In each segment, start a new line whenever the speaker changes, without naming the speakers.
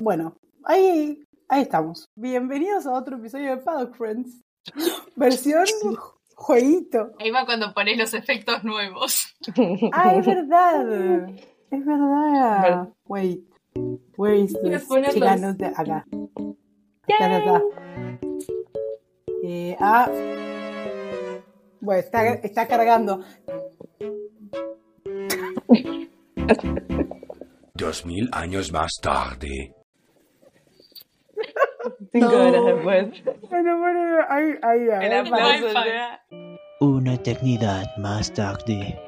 Bueno, ahí, ahí estamos. Bienvenidos a otro episodio de Paddock Friends. Versión jueguito.
Ahí va cuando pones los efectos nuevos.
Ah, es verdad. Es verdad. Wait. Where is this?
ponerlos.
Chica, no te- Acá. Acá, acá, acá. Eh, ah. Bueno, está, está cargando.
2000 años más tarde.
Cinco horas después.
Bueno, bueno, ahí, ahí, ahí.
El
aplauso.
iPad.
Una eternidad más tarde.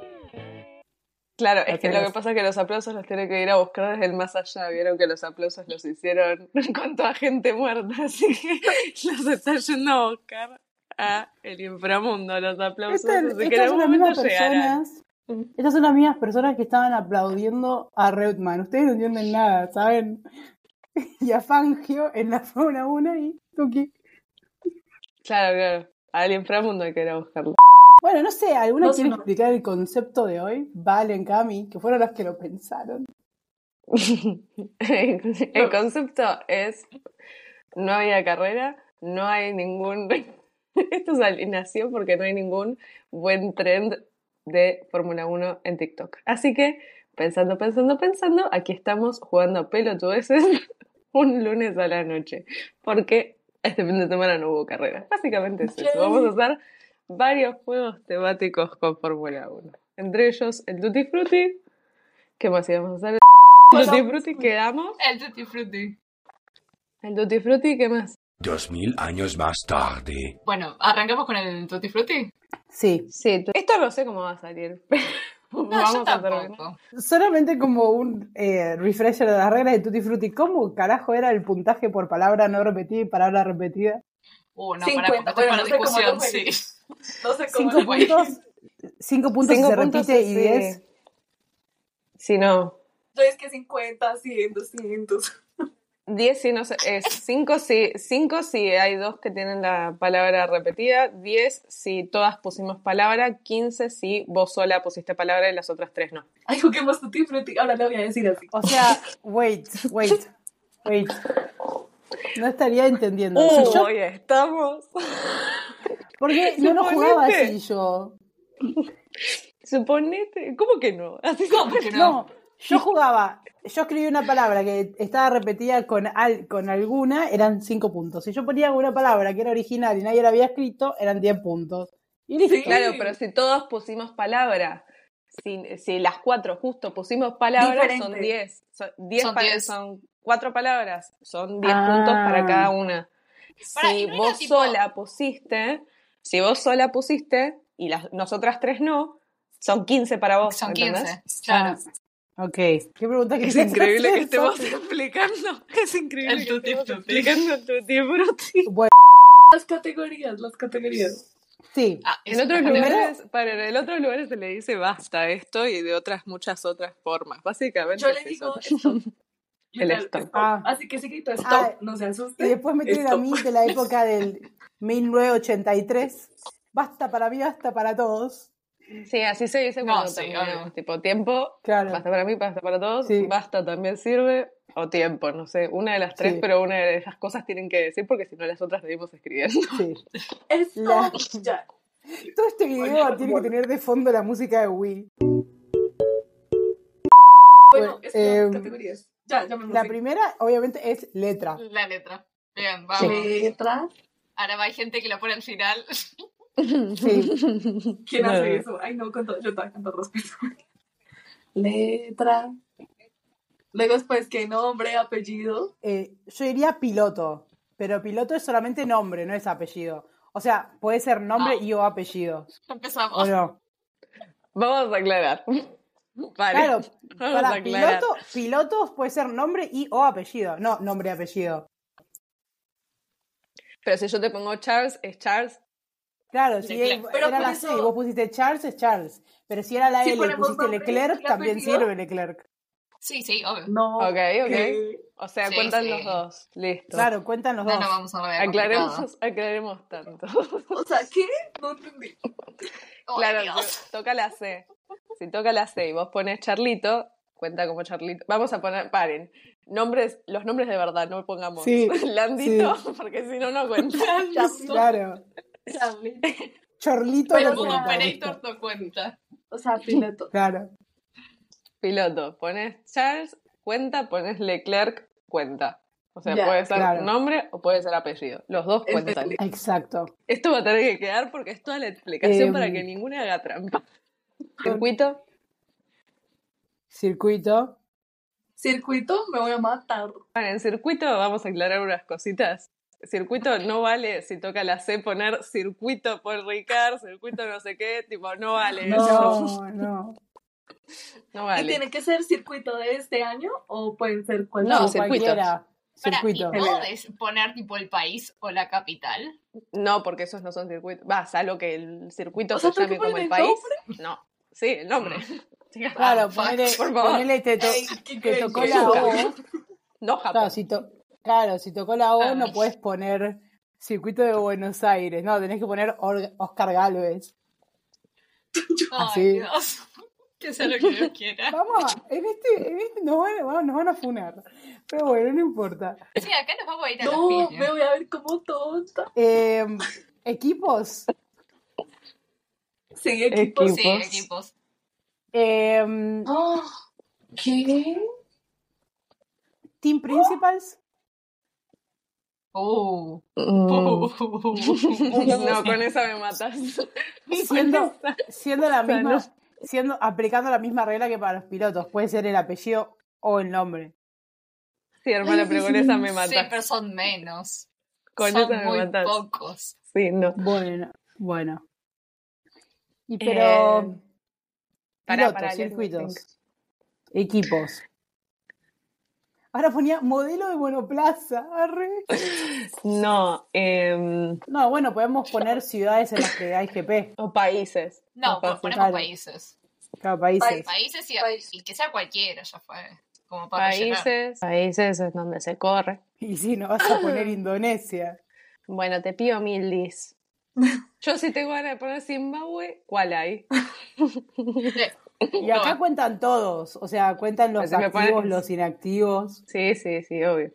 Claro, es que lo
Apenas.
que pasa es que los aplausos los tiene que ir a buscar desde el más allá. Vieron que los aplausos los hicieron con toda gente muerta, así que los está yendo a buscar a el inframundo, los aplausos.
Estas-
así que en
estas son
algún
las
momento
mismas
llegarán.
personas. Estas son las mismas personas que estaban aplaudiendo a Redman. Ustedes no entienden nada, ¿saben? Y a Fangio en la Fórmula 1 y Tuki.
Claro, claro. Al inframundo hay que ir a buscarlo.
Bueno, no sé, ¿alguno
No sé.
quiere explicar el concepto de hoy? Valen, Cami, que fueron los que lo pensaron.
el concepto es no había carrera, no hay ningún esto es alineación porque no hay ningún buen trend de Fórmula 1 en TikTok. Así que pensando, pensando, pensando, aquí estamos jugando a pelotudeces un lunes a la noche, porque este fin de semana no hubo carrera. Básicamente es eso. Vamos a hacer varios juegos temáticos con Fórmula 1. Entre ellos el Tutti Frutti, ¿qué más íbamos a hacer? El Tutti Frutti quedamos.
El Tutti Frutti.
El Tutti Frutti, ¿qué más?
2000 años más tarde.
Bueno, ¿arrancamos con el Tutti Frutti?
Sí,
Sí, esto no sé cómo va a salir.
No,
Vamos
yo
a terminar.
tampoco.
solamente como un eh, refresher de las reglas de Tutti Frutti. ¿Cómo carajo era el puntaje por palabra no repetida y palabra repetida?
Uh, no,
50,
para,
bueno,
para
no sé cómo
discusión,
lo
sí.
fue. No sé cómo
Cinco
lo-
puntos, cinco puntos eh,
Cinco
si se
puntos,
repite y
sí.
diez.
Si no,
Yo es que 50, 100, 200.
10 si no sé, es 5 si, cinco si hay dos que tienen la palabra repetida, 10 si todas pusimos palabra, 15 si vos sola pusiste palabra y las otras tres no.
Ay, juguemos Tutti Frutti. Ahora lo voy a decir así.
O sea, wait, wait, wait. No estaría entendiendo. Si yo-
Uh, hoy estamos.
porque no lo jugaba
suponete.
así yo.
Suponete, ¿cómo que no? Así
¿Cómo que no?
No, yo jugaba. Yo escribí una palabra que estaba repetida con, al, con alguna, eran cinco puntos. Si yo ponía una palabra que era original y nadie la había escrito, eran 10 puntos. Y listo.
Sí.
Claro, pero si todos pusimos palabra, si, si las cuatro justo pusimos palabra, son
Diferente.
10. Son 10
Son
pa-
diez.
son cuatro palabras, son 10
Ah.
puntos para cada una.
Pará,
si
¿y no era
vos
tipo-
sola pusiste, si vos sola pusiste y las nosotras tres no, son 15 para vos.
Son
¿entendés?
15, claro.
Ah, ok. Qué pregunta que
Es
te
increíble que
haces,
estemos
Sofi.
explicando. Es increíble
El
que estemos
tutti frutti.
explicando el tutti frutti.
Bueno,
Las categorías, las categorías.
sí.
Ah,
En
eso
otros
también.
primero-
lugares, para, en otros lugares se le dice basta esto y de otras muchas otras formas. Básicamente
Yo
es
le
eso.
digo stop.
El
Literal,
stop.
Ah.
Así que si grito stop,
Ah.
no se
Y
asusten.
después me tienen a
Esto.
mí de la época del 1983. Basta para mí, basta para todos.
Sí, así se dice
No,
cuando
sí,
terminamos,
obvio.
tipo tiempo,
Claro.
basta para mí, basta para todos,
Sí.
basta también sirve, o tiempo, no sé, una de las tres,
Sí.
pero una de esas cosas tienen que decir porque si no las otras seguimos escribiendo.
Sí.
Stop.
eh, La-
Ya.
Todo este video tiene que tener de fondo la música de Wii.
Bueno,
Bueno,
stop,
eh,
categorías. Ya, ya me
La primera, obviamente, es letra.
La letra. Bien, vamos.
Ah. Letra.
Ahora va, hay gente que la pone al final.
Sí.
¿Quién
Claro.
hace eso? Ay, no, con todo, yo también con todo respeto. Letra. Luego después, ¿qué nombre, apellido?
Eh, yo diría piloto, pero piloto es solamente nombre, no es apellido. O sea, puede ser nombre
Ah.
y o apellido.
Empezamos.
¿O no?
Vamos a aclarar. Vale.
Claro,
Vamos a
para
aclarar.
piloto, pilotos puede ser nombre y o apellido. No, nombre y apellido.
Pero si yo te pongo Charles, es Charles.
Claro, si
Leclerc.
es-
Pero
era
por
la
eso-
C y vos pusiste Charles, es Charles. Pero si era la
Si
L y
ponemos
pusiste
nombre
Leclerc,
y
también
apellido.
sirve Leclerc.
Sí, sí, obvio.
No.
Ok, ok.
¿qué?
O sea,
Sí,
cuentan
sí.
los dos. Listo.
Claro, cuentan los
No,
dos.
no vamos a ver.
Aclaremos, aclaremos tanto.
O sea, ¿qué? No entendí.
claro, pero toca la C. Si toca la C y vos pones Charlito, cuenta como Charlito. Vamos a poner, paren. Nombres, los nombres de verdad, no pongamos
Sí,
Landito, porque si no, no cuenta.
Ya, claro.
Charlie.
Chorlito
Pero
no
como
cuenta,
operator
listo.
no cuenta.
O sea, piloto.
Claro.
Piloto, pones Charles, cuenta, pones Leclerc, cuenta. O sea,
Ya,
puede ser
claro.
nombre o puede ser apellido. Los dos
Entendí.
cuentan.
Exacto.
Esto va a tener que quedar porque es toda la explicación
Em.
para que ninguna haga trampa. Circuito,
Circuito.
Circuito, me voy a matar.
Bueno, Ah, en circuito vamos a aclarar unas cositas. Circuito no vale si toca la C poner circuito por Ricard, circuito no sé qué, tipo, no vale eso.
No, no.
No
¿Y
vale.
Este
tiene que ser circuito de este año o pueden ser cualquier?
No,
No,
circuito.
cualquiera.
Pará,
Circuito.
¿Y podés poner tipo el país o la capital?
No, porque esos no son circuitos. Va, salvo que el circuito
O sea,
se llame
¿pero
como
qué
el
ponen
país.
el
No. Sí, el nombre. Chicas,
Claro,
Ah, fuck,
ponele,
por favor.
ponele te, to-
Ey, qué
te tocó
cringe.
la O.
No, Japón.
Claro, si, to- claro, si tocó la O
Ah.
no puedes poner circuito de Buenos Aires. No, tenés que poner Or- Oscar Galvez. Ah,
Ay,
sí.
Dios. Que sea lo que Dios quiera.
Vamos, a- en este, en este nos, van, vamos- nos van a funar. Pero bueno, no importa.
Sí, acá nos vamos a ir a
No,
la
me voy a ver como tonta.
Eh, equipos.
Sí, equipos.
Equipo.
Sí, equipos.
Eh,
Ah, ¿Qué?
team Principals.
Uh.
Mm. No,
No,
con esa me matas.
Siendo, siendo la
Bueno.
misma, siendo, aplicando la misma regla que para los pilotos. Puede ser el apellido o el nombre.
Sí, hermana, pero con esa me
Sí,
matas.
pero son menos.
Con
son
esa me
muy
matas.
pocos.
Sí, no.
Bueno, bueno. Y pero.
Eh, Pará,
Pilotos,
pará, les-
circuitos. Equipos. Ahora ponía modelo de monoplaza. arre.
No, em,
No, bueno, podemos poner ciudades en las que hay GP,
o países.
No,
Capaz,
pues ponemos
claro.
países.
cada países.
Países y,
País.
y que sea cualquiera, ya fue. Como para rellenar.
Países, países es donde se corre.
Y si no vas a poner Indonesia.
Bueno, te pido mil dis. Yo si tengo ganas de poner Zimbabue, ¿cuál hay?
Y acá
No.
cuentan todos, o sea, cuentan los
Así me
activos,
pones.
los inactivos.
Sí, sí, sí, obvio.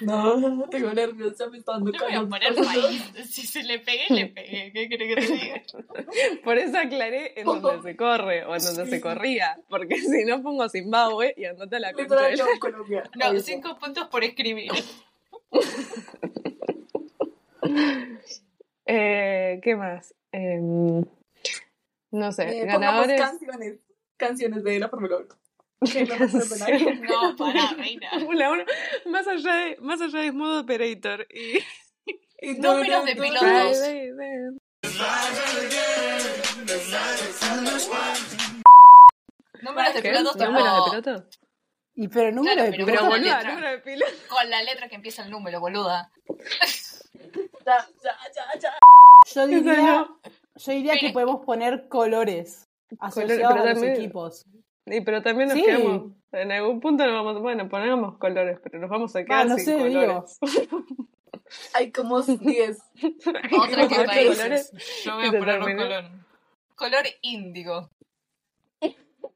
No, tengo nerviosa, me está dando
No voy a
calor.
poner país. Si se le pegué, le pegué. ¿Qué crees que te diga?
Por eso aclaré en donde se corre o en donde se corría. Porque si no pongo Zimbabue y andate a la concha de
Literal, yo en Colombia. Eh,
No, cinco puntos por escribir.
Eh, ¿Qué más? Em, no sé,
Eh, pongamos
ganadores.
canciones. Canciones de la Fórmula 1. Que es la más
Canciones.
popular.
No, pará, reina.
Fórmula uno, más allá de, más allá de modo operator y
Y tú,
Números
tú,
de
tú,
pilotos.
tú.
Friday, man.
Números de
¿Qué?
pilotos
¿Números de
tipo,
piloto?
Y pero número de
Claro, pero
Pero
pilotos-
bueno,
boluda,
letra.
número de piloto.
con la letra que empieza el número, boluda.
Ya, ya, ya, ya.
yo
Esa
diría,
no.
yo diría que podemos poner colores asociados
pero
a los
también-
equipos.
Y pero también nos
Sí.
quedamos. En algún punto nos vamos, bueno, ponemos colores, pero nos vamos a quedar
no
sin
sé, digo.
colores.
Hay como 10.
Otra que
Ocho
países.
colores
Yo voy a
y se
poner un
terminó.
color. Color índigo.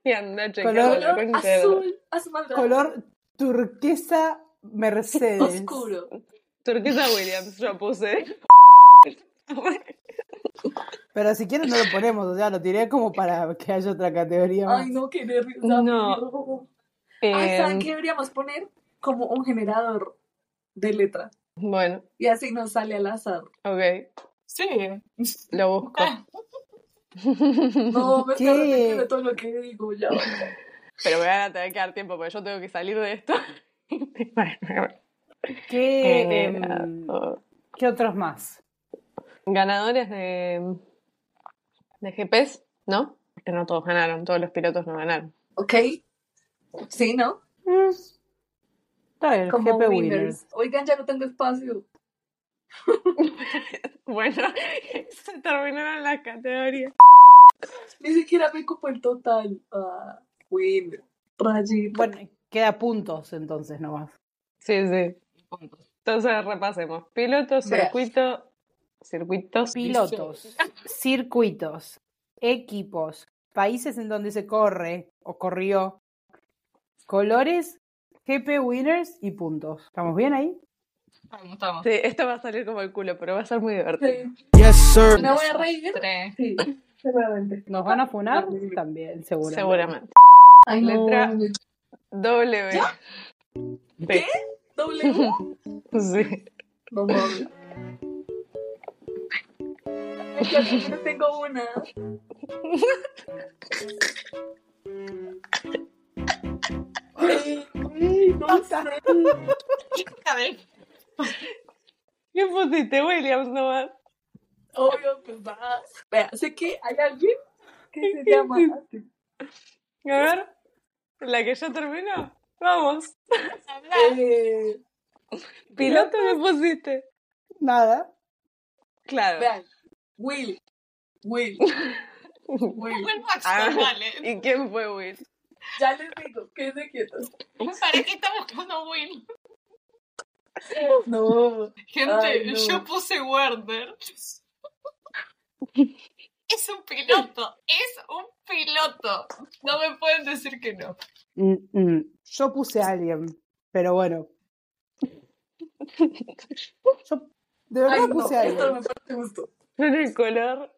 Y anda a chequear
Color
la
Color
concha de-
azul. Azul más grande.
Color turquesa Mercedes.
oscuro.
Turquesa Williams, yo puse.
Pero si quieren no lo ponemos, o sea, lo tiré como para que haya otra categoría más.
Ay, no, qué nervios.
No.
Ay,
Em,
¿saben qué deberíamos poner? Como un generador de letra.
bueno,
Y así nos sale al azar.
ok,
Sí.
lo busco.
Ah,
No, me
¿Qué?
estoy repitiendo todo lo que digo ya.
Pero me van a tener que dar tiempo porque yo tengo que salir de esto.
¿Qué,
Eh,
em,
ah,
¿Qué otros más?
ganadores de, de GPs, ¿no? Porque no todos ganaron, todos los pilotos no ganaron.
¿Ok? Sí, ¿no?
Mm. Está bien,
Como
GP Winners.
winners. Oigan, ya no tengo espacio.
Bueno, se terminaron las categorías.
Ni siquiera me cupo el total. Ah, winner. Rayito.
Bueno, queda puntos entonces nomás.
Sí, sí.
puntos.
Entonces repasemos. Piloto,
Bien.
circuito, circuitos.
Pilotos, circuitos, equipos, países en donde se corre o corrió, colores GP Winners y puntos. ¿Estamos bien ahí?
Vamos, vamos.
Sí, esto va a salir como el culo, pero va a ser muy divertido.
Sí.
Yes, sir.
¿Me voy a reír?
Tres.
Sí, seguramente.
¿Nos van a funar? También, seguro.
Seguramente.
Ay,
Letra-
no.
W. Sí.
¿Qué? ¿Doble?
Sí.
No mames. Ay, É que al menos tengo una. Ay, no sé.
A ver.
¿Qué pusiste, Williams, nomás?
Obvio, pues va. Vea, sé que hay alguien que se llama así.
A ver. ¿La que ya terminó? Vamos.
Hablar.
Eh,
Piloto me pusiste.
Nada.
Claro.
vean, Will. Will. Will.
Google
Ah.
Maps, vale.
¿Y quién fue Will?
Ya les digo, quédense quietos.
¿Para qué está buscando Will?
No.
Gente,
Ay, no.
yo puse Werner. Es un piloto, es un piloto. No me pueden decir que no.
Mm, mm. Yo puse a alguien, pero bueno. Yo de verdad
Ay, no,
puse a alguien.
esto me parece é justo.
Con el color.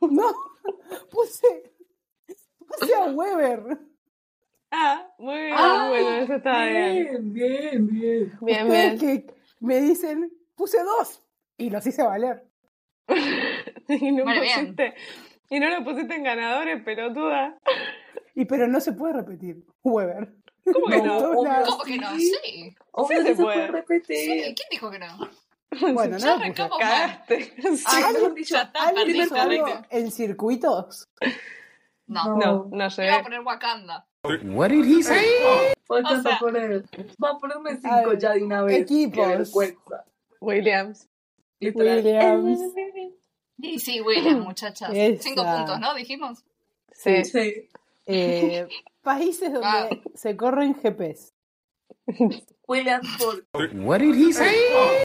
No, puse, puse a Weber.
Ah, muy bien.
Ah,
bueno, eso está bien.
Bien, bien, bien.
Bien,
Ustedes
bien.
que me dicen, puse dos y los hice valer.
Y no,
Bueno, bien.
pusiste, y no lo pusiste en ganadores, pelotuda.
Y pero no se puede repetir. Weber.
¿Cómo que
No,
no?
todos lados.
¿Cómo que no? Sí.
Obvio
se
que se
puede.
puede
sí.
repetir.
¿Quién dijo que no?
Bueno, no lo
Yo
puse.
arrancamos mal.
Cagaste. Sí.
Ay,
¿Alguien-
mejor dicho,
Ya está,
¿Alguien
perdí,
hizo
perdí.
algo en circuitos?
No.
No, no
Le voy a
llegué.
poner Wakanda.
What did he say?
Voy
O sea-
a poner. Va a ponerme
A
cinco
ver,
ya de una vez.
equipos.
Qué vergüenza.
Williams.
Literal.
Williams.
Y sí, Williams, muchachas.
Esa.
Cinco puntos, ¿no? Dijimos.
Sí.
Sí.
Eh, países donde
Ah.
se corren GPs.
Williams Ford.
What did he say?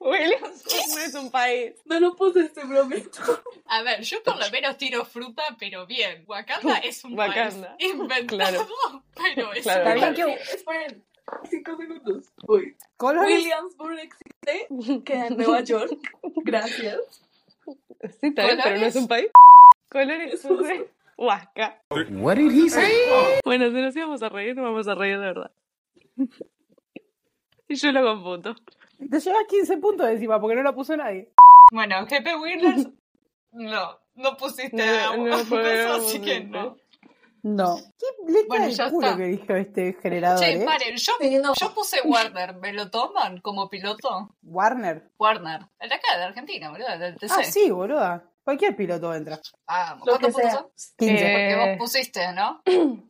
Williams no es un país.
No lo puse este prometo.
A ver, yo por lo menos tiro fruta, pero bien. Wakanda es un
Wakanda.
país inventado, pero es un
Claro, claro.
país.
También que
Esperen. Cinco minutos. Voy.
colores
Williams Ford existe. Queda en Nueva York. Gracias.
Sí, está bien, pero no es un país. Colores,
Eso.
puse Huasca.
What did he say?
Bueno, si nos íbamos a reír, nos vamos a reír de verdad. Y yo lo computo.
Te llevas 15 puntos encima porque no lo puso nadie.
Bueno, GP Winners, no, no pusiste
No,
a-
no
a un
fue
coso, así que
un-
no.
No. ¿Qué letra
Bueno,
del
ya
culo
está.
que dijo este generador?
Che,
eh?
paren, yo,
Sí, no.
yo puse Warner, ¿me lo toman como piloto?
Warner.
Warner, el de acá, de Argentina, boludo, del TC.
Ah, sí, boluda. Cualquier piloto entra.
Ah,
Lo
¿cuántos
que
puntos
sea.
son?
15.
Eh.
Que vos pusiste, ¿no?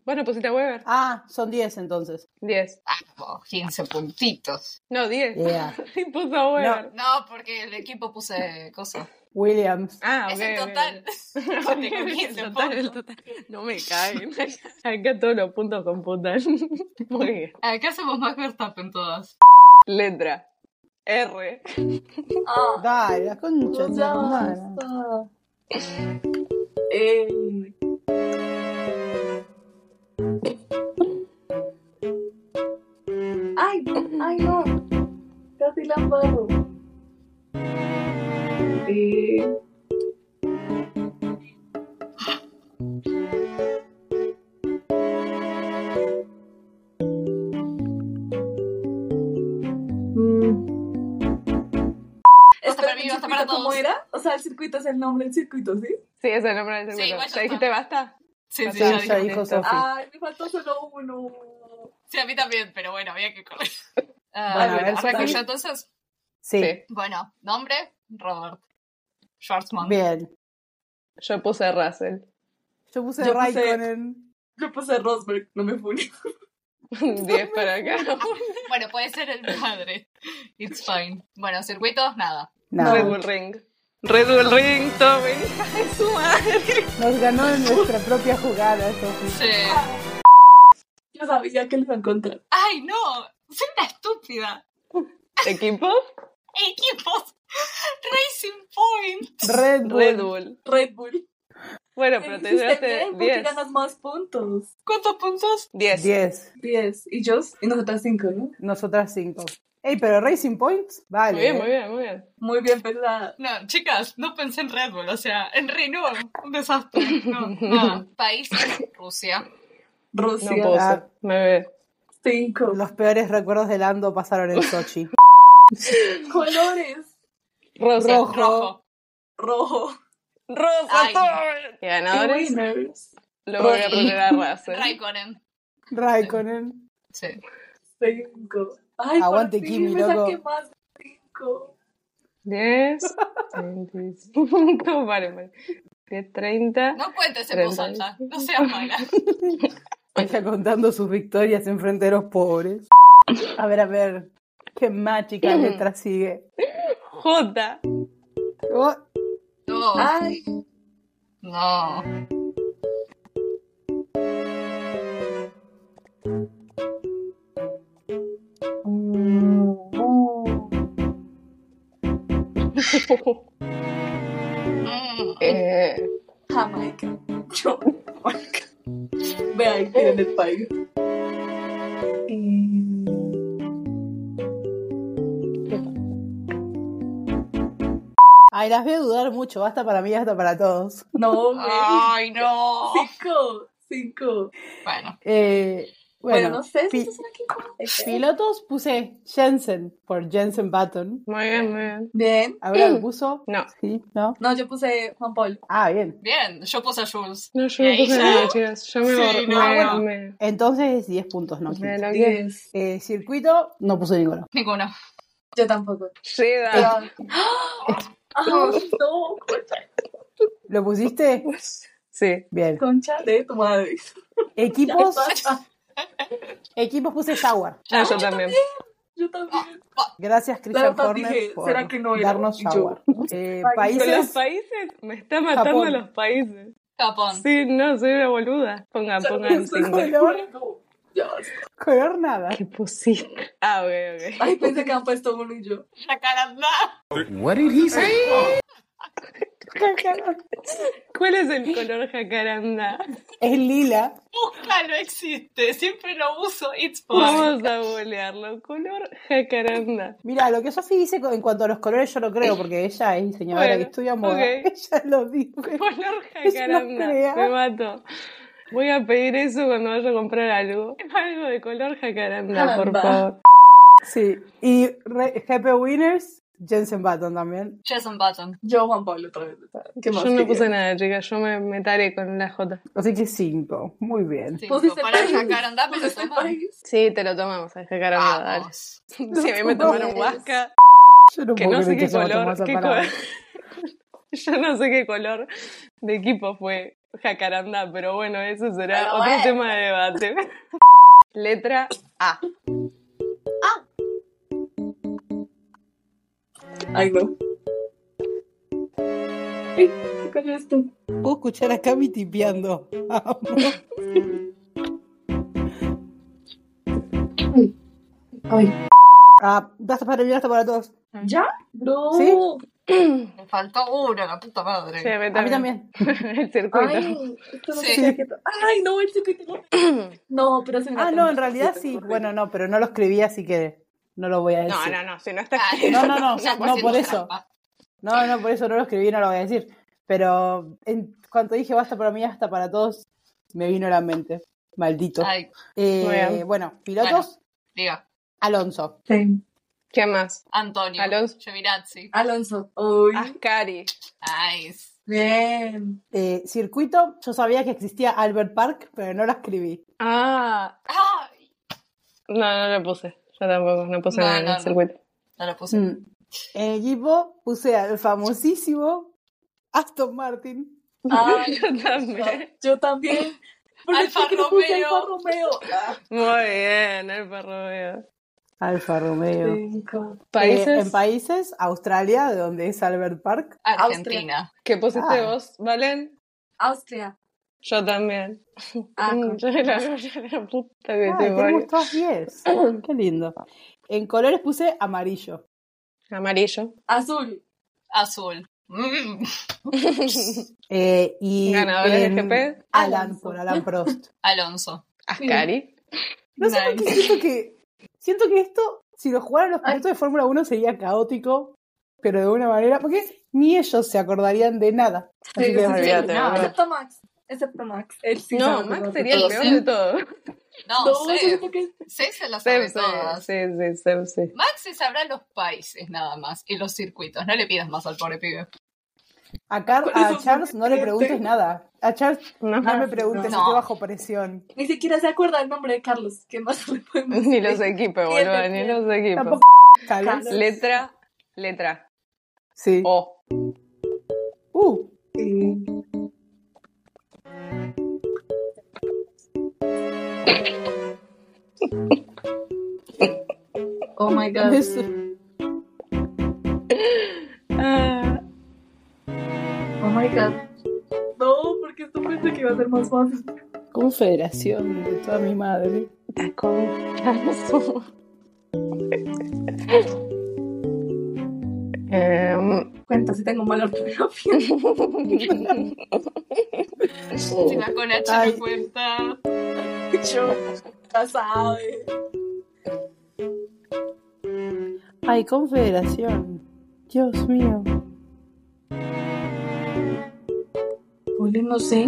Bueno, pusiste a Weber.
Ah, son 10 entonces.
10.
Ah, vos, 15 puntitos.
No, 10.
Yeah.
Oh.
Y puso a Weber.
No, porque el equipo puse cosas.
Williams.
Ah,
es
ok,
el
ok,
total.
ok.
Yo tengo 15
El total, el
puntos.
total. No me caen. Acá todos los puntos computan. Muy bien.
Acá Ah, hacemos más Verstappen todas.
Letra. R.
Ah.
Dale, la concha. de
Ya
tu madre.
basta. Eh, Ay, no, ay no. Casi la embarro. Eh,
Basta
espera,
para mí, basta
¿el circuito
para
¿Cómo
todos.
era? O sea, el circuito es el nombre del circuito, ¿sí?
Sí, ese es el nombre del
Sí,
circuito.
igual ya
¿Ya dijiste basta?
Sí, sí,
Sí,
ya
ya
dijeron
dijo
esto. Ah,
Sofi.
Ay, me faltó solo uno.
Sí, a mí también, pero bueno, había que correr. Ah,
Bueno,
bueno,
a ver,
arranco
Sofi.
yo entonces.
Sí.
Sí.
Bueno, nombre, Robert. Schwarzman.
Bien.
Yo puse Russell.
Yo puse
Yo puse-
Raikkonen.
Yo puse Rosberg, no me fui.
10 para acá.
Bueno, puede ser el padre. It's fine. Bueno, circuitos, nada.
Nada.
Red Bull Ring. Red Bull Ring, tomen. hija de su madre.
Nos ganó en nuestra propia jugada, Sofi.
Sí.
Yo sabía que lo iba a encontrar.
¡Ay, no! Soy una estúpida.
Equipo.
Equipos. Racing Point.
Red Bull.
Red Bull.
Red Bull.
Bueno, pero te
Dijiste
llevaste
bien, porque
10.
ganas más puntos.
¿Cuántos puntos?
10.
10.
10. Y yo, y nosotras 5, ¿no?
Nosotras 5. Ey, pero Racing Points, vale.
Muy bien,
eh.
muy bien, muy bien.
Muy bien pensada.
No, chicas, no pensé en Red Bull, o sea, en Renault, un desastre. No, nada. País, Rusia.
No
Rusia.
puedo
ah.
ser. Me ve.
5.
Los peores recuerdos de Lando pasaron en Sochi.
Colores.
Rosa.
Rojo.
Rojo.
Rojo.
Rosa.
Ay.
todo. Y ganadores.
Y winners.
Lo voy a poner a Russell.
Raikkonen.
Raikkonen.
Sí.
5. Ay,
Aguante,
por
Kimi,
fin, me
loco.
saqué más 5.
10. 25. Vale, vale. 10, 30.
No cuentes en
Treinta
voz
y
alta, no seas mala.
Ella contando sus victorias en frente de los pobres. A ver, a ver. Qué
Mm.
mágica letra sigue.
J.
Oh,
No,
Ay,
no. Mm.
Eh,
Jamaica. Yo, Jamaica. Vean, tienen el país.
Ay, las voy a dudar mucho. Basta para mí, hasta para todos.
No, güey.
Ay, no.
Cinco. Cinco.
Bueno,
Eh,
Bueno,
bueno,
no sé si
pi-
estás aquí. Este.
pilotos puse Jensen por Jensen Button.
muy bien, muy bien.
Bien.
¿Habrá puso?
No.
Sí, ¿no?
No, yo puse Juan Paul.
Ah, bien.
bien, yo puse a Jules.
No, yo
¿Y
no
ahí
puse
ya?
nada, chicas. Yo me
Sí,
borré.
no,
me,
bueno.
me,
Entonces 10 puntos, no.
me
quince.
lo que.
Diez.
Eh, circuito, no puse ninguno.
Ninguno.
Yo tampoco.
Llega.
Ah. Ay, no, concha,
¿Lo pusiste?
Sí.
Bien.
concha de tu madre.
Equipos,
Basta.
equipos puse Sauer.
Ah, yo también.
Yo también.
Gracias,
La
Christian
verdad
Horner,
dije,
por
¿será que no era?
darnos
Y yo,
Sauer. Eh,
Con los
países,
países me está matando
Japón.
los países.
Japón.
Sí, no, soy una boluda. Pongan, Ah, pongan
pensé
cinco.
con la- Color.
No, ya basta.
color nada.
¿Qué pusiste? Ah, ok, ok.
Ay, pensé que han puesto uno y yo.
La caranda.
What did he say?
¿Cuál es el color jacaranda?
Es lila.
Búscalo, existe. Siempre lo uso. It's fine.
Vamos a bolearlo. Color jacaranda.
Mira, lo que Sofi dice co- en cuanto a los colores yo lo creo, porque ella es diseñadora
Bueno,
que estudia moda.
ok.
Ella lo dijo.
Color
Yo no
jacaranda.
creo.
Me mato. Voy a pedir eso cuando vaya a comprar algo. Algo de color jacaranda, por
Caramba.
favor.
Sí. Y re- GP Winners, Jensen Button también.
Jason Button.
Yo, Juan Pablo, otra vez. ¿Qué más
Yo no
quería?
puse nada, chicas. Yo me, me taré con la J.
Así que cinco. Muy bien.
Cinco.
Pusiste
Para
país.
sacar andar, pero
Pusiste
toma.
país.
Sí, te lo tomamos, el jacaranda. dale.
Vamos.
Si a mí me tomaron huasca.
Yo no
que
puedo
no sé
creer
qué
que se me tomó
color,
esa
qué
palabra.
co- yo no sé qué color de equipo fue Jacaranda, pero bueno, eso será
Pero
otro
bueno.
tema de debate. Letra
Ah,
A.
Ay, no. Ay, se cayó esto.
Puedo escuchar a Cami tipeando.
Ay.
ah, basta para mí, basta para todos.
¿Ya? No.
¿Sí?
Me faltó uno, la puta madre.
Sí,
A mí también.
el circuito.
Ay, esto no
Sí.
se queda quieto. Ay, no, el circuito no. No, pero se me
Ah,
matan
no, en
los
realidad
circuitos,
sí.
correcto.
Bueno, no, pero no lo escribí, así que no lo voy a
no,
decir.
no, no, si no está
Ah,
No, no, no,
ya
no,
haciendo
por eso.
trampa.
No, no, por eso no lo escribí, no lo voy a decir. Pero en cuanto dije basta para mí, hasta para todos, me vino a la mente. Maldito.
Ay,
Eh,
muy bien.
bueno, pilotos,
diga.
Alonso.
Sí.
¿Qué más?
Antonio.
Alonso.
Giovinazzi.
Alonso. Uy.
Ah.
Ascari.
Nice.
Bien.
Eh, circuito, yo sabía que existía Albert Park, pero no lo escribí.
Ah,
Ah,
no, no lo puse. Yo tampoco, no puse
No,
nada en
no,
el
no.
circuito.
no lo puse.
Mm. En equipo puse al famosísimo Aston Martin.
Ay,
yo también.
Yo también.
Alfa
¿por qué no puse
Romeo.
Alfa Romeo. Ah,
Muy bien, el
Eh,
perro veo.
Alfa Romeo.
cinco.
Países.
Eh, en países, Australia, de donde es Albert Park.
Argentina.
¿Qué pusiste
Ah.
vos, Valen?
Austria.
Yo también.
Ah,
Mm, yo era yo era puta que
Ah,
te
tenemos
parió.
todos 10. Qué lindo. En colores puse amarillo.
Amarillo.
Azul.
Azul. Mm.
Eh, y
Ganadores de
em,
GP.
Alan por Alan Prost.
Alonso.
Ascari.
No sé por qué
Nice.
siento que. Siento que esto, si lo jugaran los pilotos de Fórmula 1, sería caótico, pero de una manera. Porque ni ellos se acordarían de nada. Así que
sí, sí,
olvídate,
sí.
boludo.
excepto Max. Excepto Max. Él sí se va
No,
a acordar
Max
de
sería el
todo.
peor de todo.
No,
No, yo
Seb.
siento que
Seb se las sabe
Sem, sí,
todas.
sí, sí, Sem, sí.
Max se sabrá los países nada más y los circuitos. No le pidas más al pobre pibe.
a, Car-
Por
a
eso
Charles
fue
no le
gente.
preguntes nada. A Charles
No,
no me preguntes,
Ah, no.
estoy bajo presión.
Ni siquiera se acuerda el nombre de Carlos. ¿Qué más le podemos
ni los
decir?
equipos, boludo, ni los equipos.
Tampoco Charles.
Charles.
Letra, letra.
Sí.
O.
Uh,
Sí. Oh my god.
es-
Ah,
Oh my god. No, porque esto pensé que iba a ser más fácil.
Confederación de toda mi madre.
la concha de su- Em,
Cuenta si tengo mala ortografía.
Si vas con H
Ay.
no cuenta.
Yo, ya sabes.
Ay, Confederación. Dios mío.
Ole, no sé.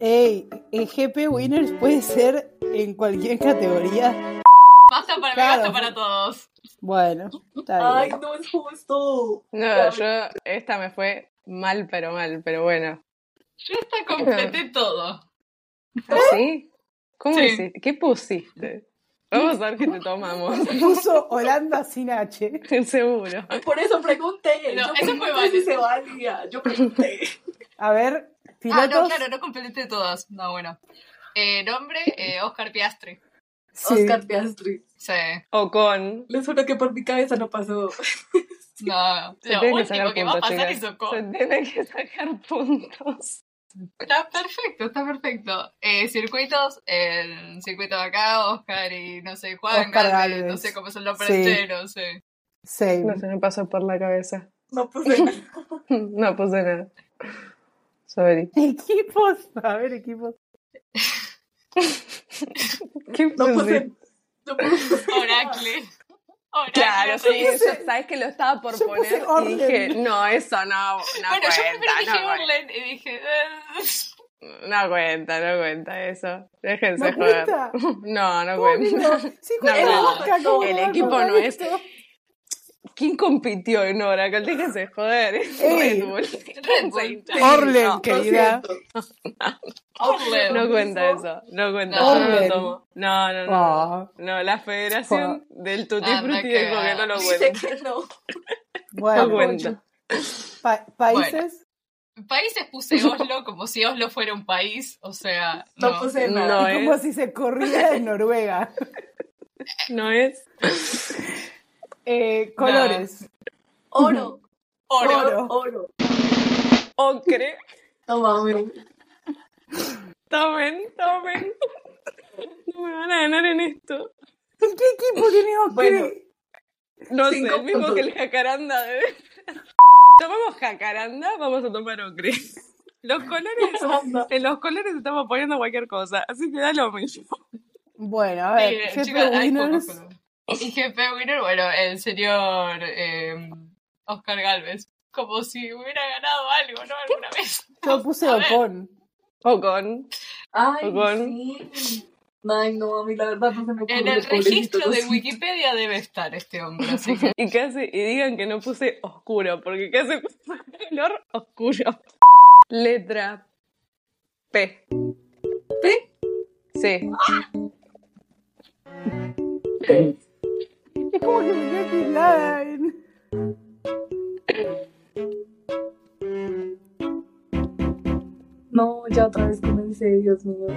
Ey, el GP Winners puede ser en cualquier categoría.
Basta para
Claro.
mí, basta para todos.
Bueno, está
Ay,
bien.
no es justo.
No, yo esta me fue mal, pero mal, pero bueno.
Yo hasta completé todo.
¿Sí? ¿Cómo
Sí.
hiciste? ¿Qué pusiste? Vamos a ver qué te tomamos.
Puso Holanda sin H.
Seguro.
Por eso pregunté.
No, eso
yo
fue
pregunté
válido.
si se valía. Yo pregunté.
A ver,
Ah,
pilotos.
no, claro, no completé todas. No, bueno. Eh, nombre, eh, Oscar Piastri.
Sí.
Oscar Piastri.
Sí.
O con.
Les juro que por mi cabeza no
No,
pasó.
Se
lo
tiene que
último
sacar
que va a
puntos,
pasar es
chicas.
Ocon.
Se tiene que sacar puntos.
Está perfecto, está perfecto. Eh, circuitos, el circuito de acá, Oscar y no sé, Juan,
Oscar
Galvez,
Galvez.
no sé cómo son los
Sí.
franceros. Sí.
Same.
No se me pasó por la cabeza.
No puse nada.
No puse nada. Sorry.
Equipos. A ver, equipos.
¿Qué
No
pusiste?
puse. No puse.
Oracle. Oracle.
Claro, sí,
sí.
puse-
yo sabes que lo estaba por
yo puse
poner y
orden.
dije, no, eso no, no
Bueno,
cuenta,
yo primero
no
dije
cuenta.
Orlen y dije. eh,
No cuenta, no cuenta eso. Déjense
¿No
joder.
cuenta?
No, no
¿Cómo que
cuenta.
no? Sí, cuenta,
no.
Oscar, ¿cómo
El
no Este, vas a
equipo no
acordar
es-
esto?
¿Quién compitió en Oracle? Déjense joder. es
Ey.
Red Bull.
Red Bull.
Orlen,
No,
querida.
Lo siento.
Orlen.
No cuenta eso, no cuenta.
No.
Yo no
Orden.
lo tomo. No, no, no.
Ah,
No, la federación del Tutti
Ah,
Frutti
no que
dijo
va.
que no lo
Dice
cuenta.
que no.
No
bueno,
cuenta.
Pa- países.
Países puse Oslo como si Oslo fuera un país, o sea.
No,
No,
puse nada.
No
como
es,
si se corriera en Noruega.
no es.
Eh, colores.
Oro.
Oro.
Oro.
Oro.
Ocre.
No mames.
Tomen, tomen. No me van a ganar en esto.
¿Qué equipo tiene Oscar?
Bueno.
No
Cinco
sé, el mismo
puntos.
que el jacaranda de Tomamos jacaranda, vamos a tomar ocre. Los colores, en los colores estamos poniendo cualquier cosa, así que da lo mismo.
Bueno, a
Sí,
ver, jefe
chicas, hay
Winners.
pocos colores. Y jefe Winner, bueno, el señor eh, Oscar Galvez. Como si hubiera ganado algo, ¿no? Alguna vez.
Yo puse
A ver.
Ocon.
O con.
Ay,
Con-
sí. Ay, no, a mí la verdad no se me ocurre.
En el
pobrecito,
registro
no
de
sé.
Wikipedia debe estar este hombre, así que.
Y casi, y digan que no puse oscuro, porque casi puse color oscuro. Letra P.
¿P?
Sí.
Es como que me quedé pillada en.
No, ya otra vez comencé, Dios mío.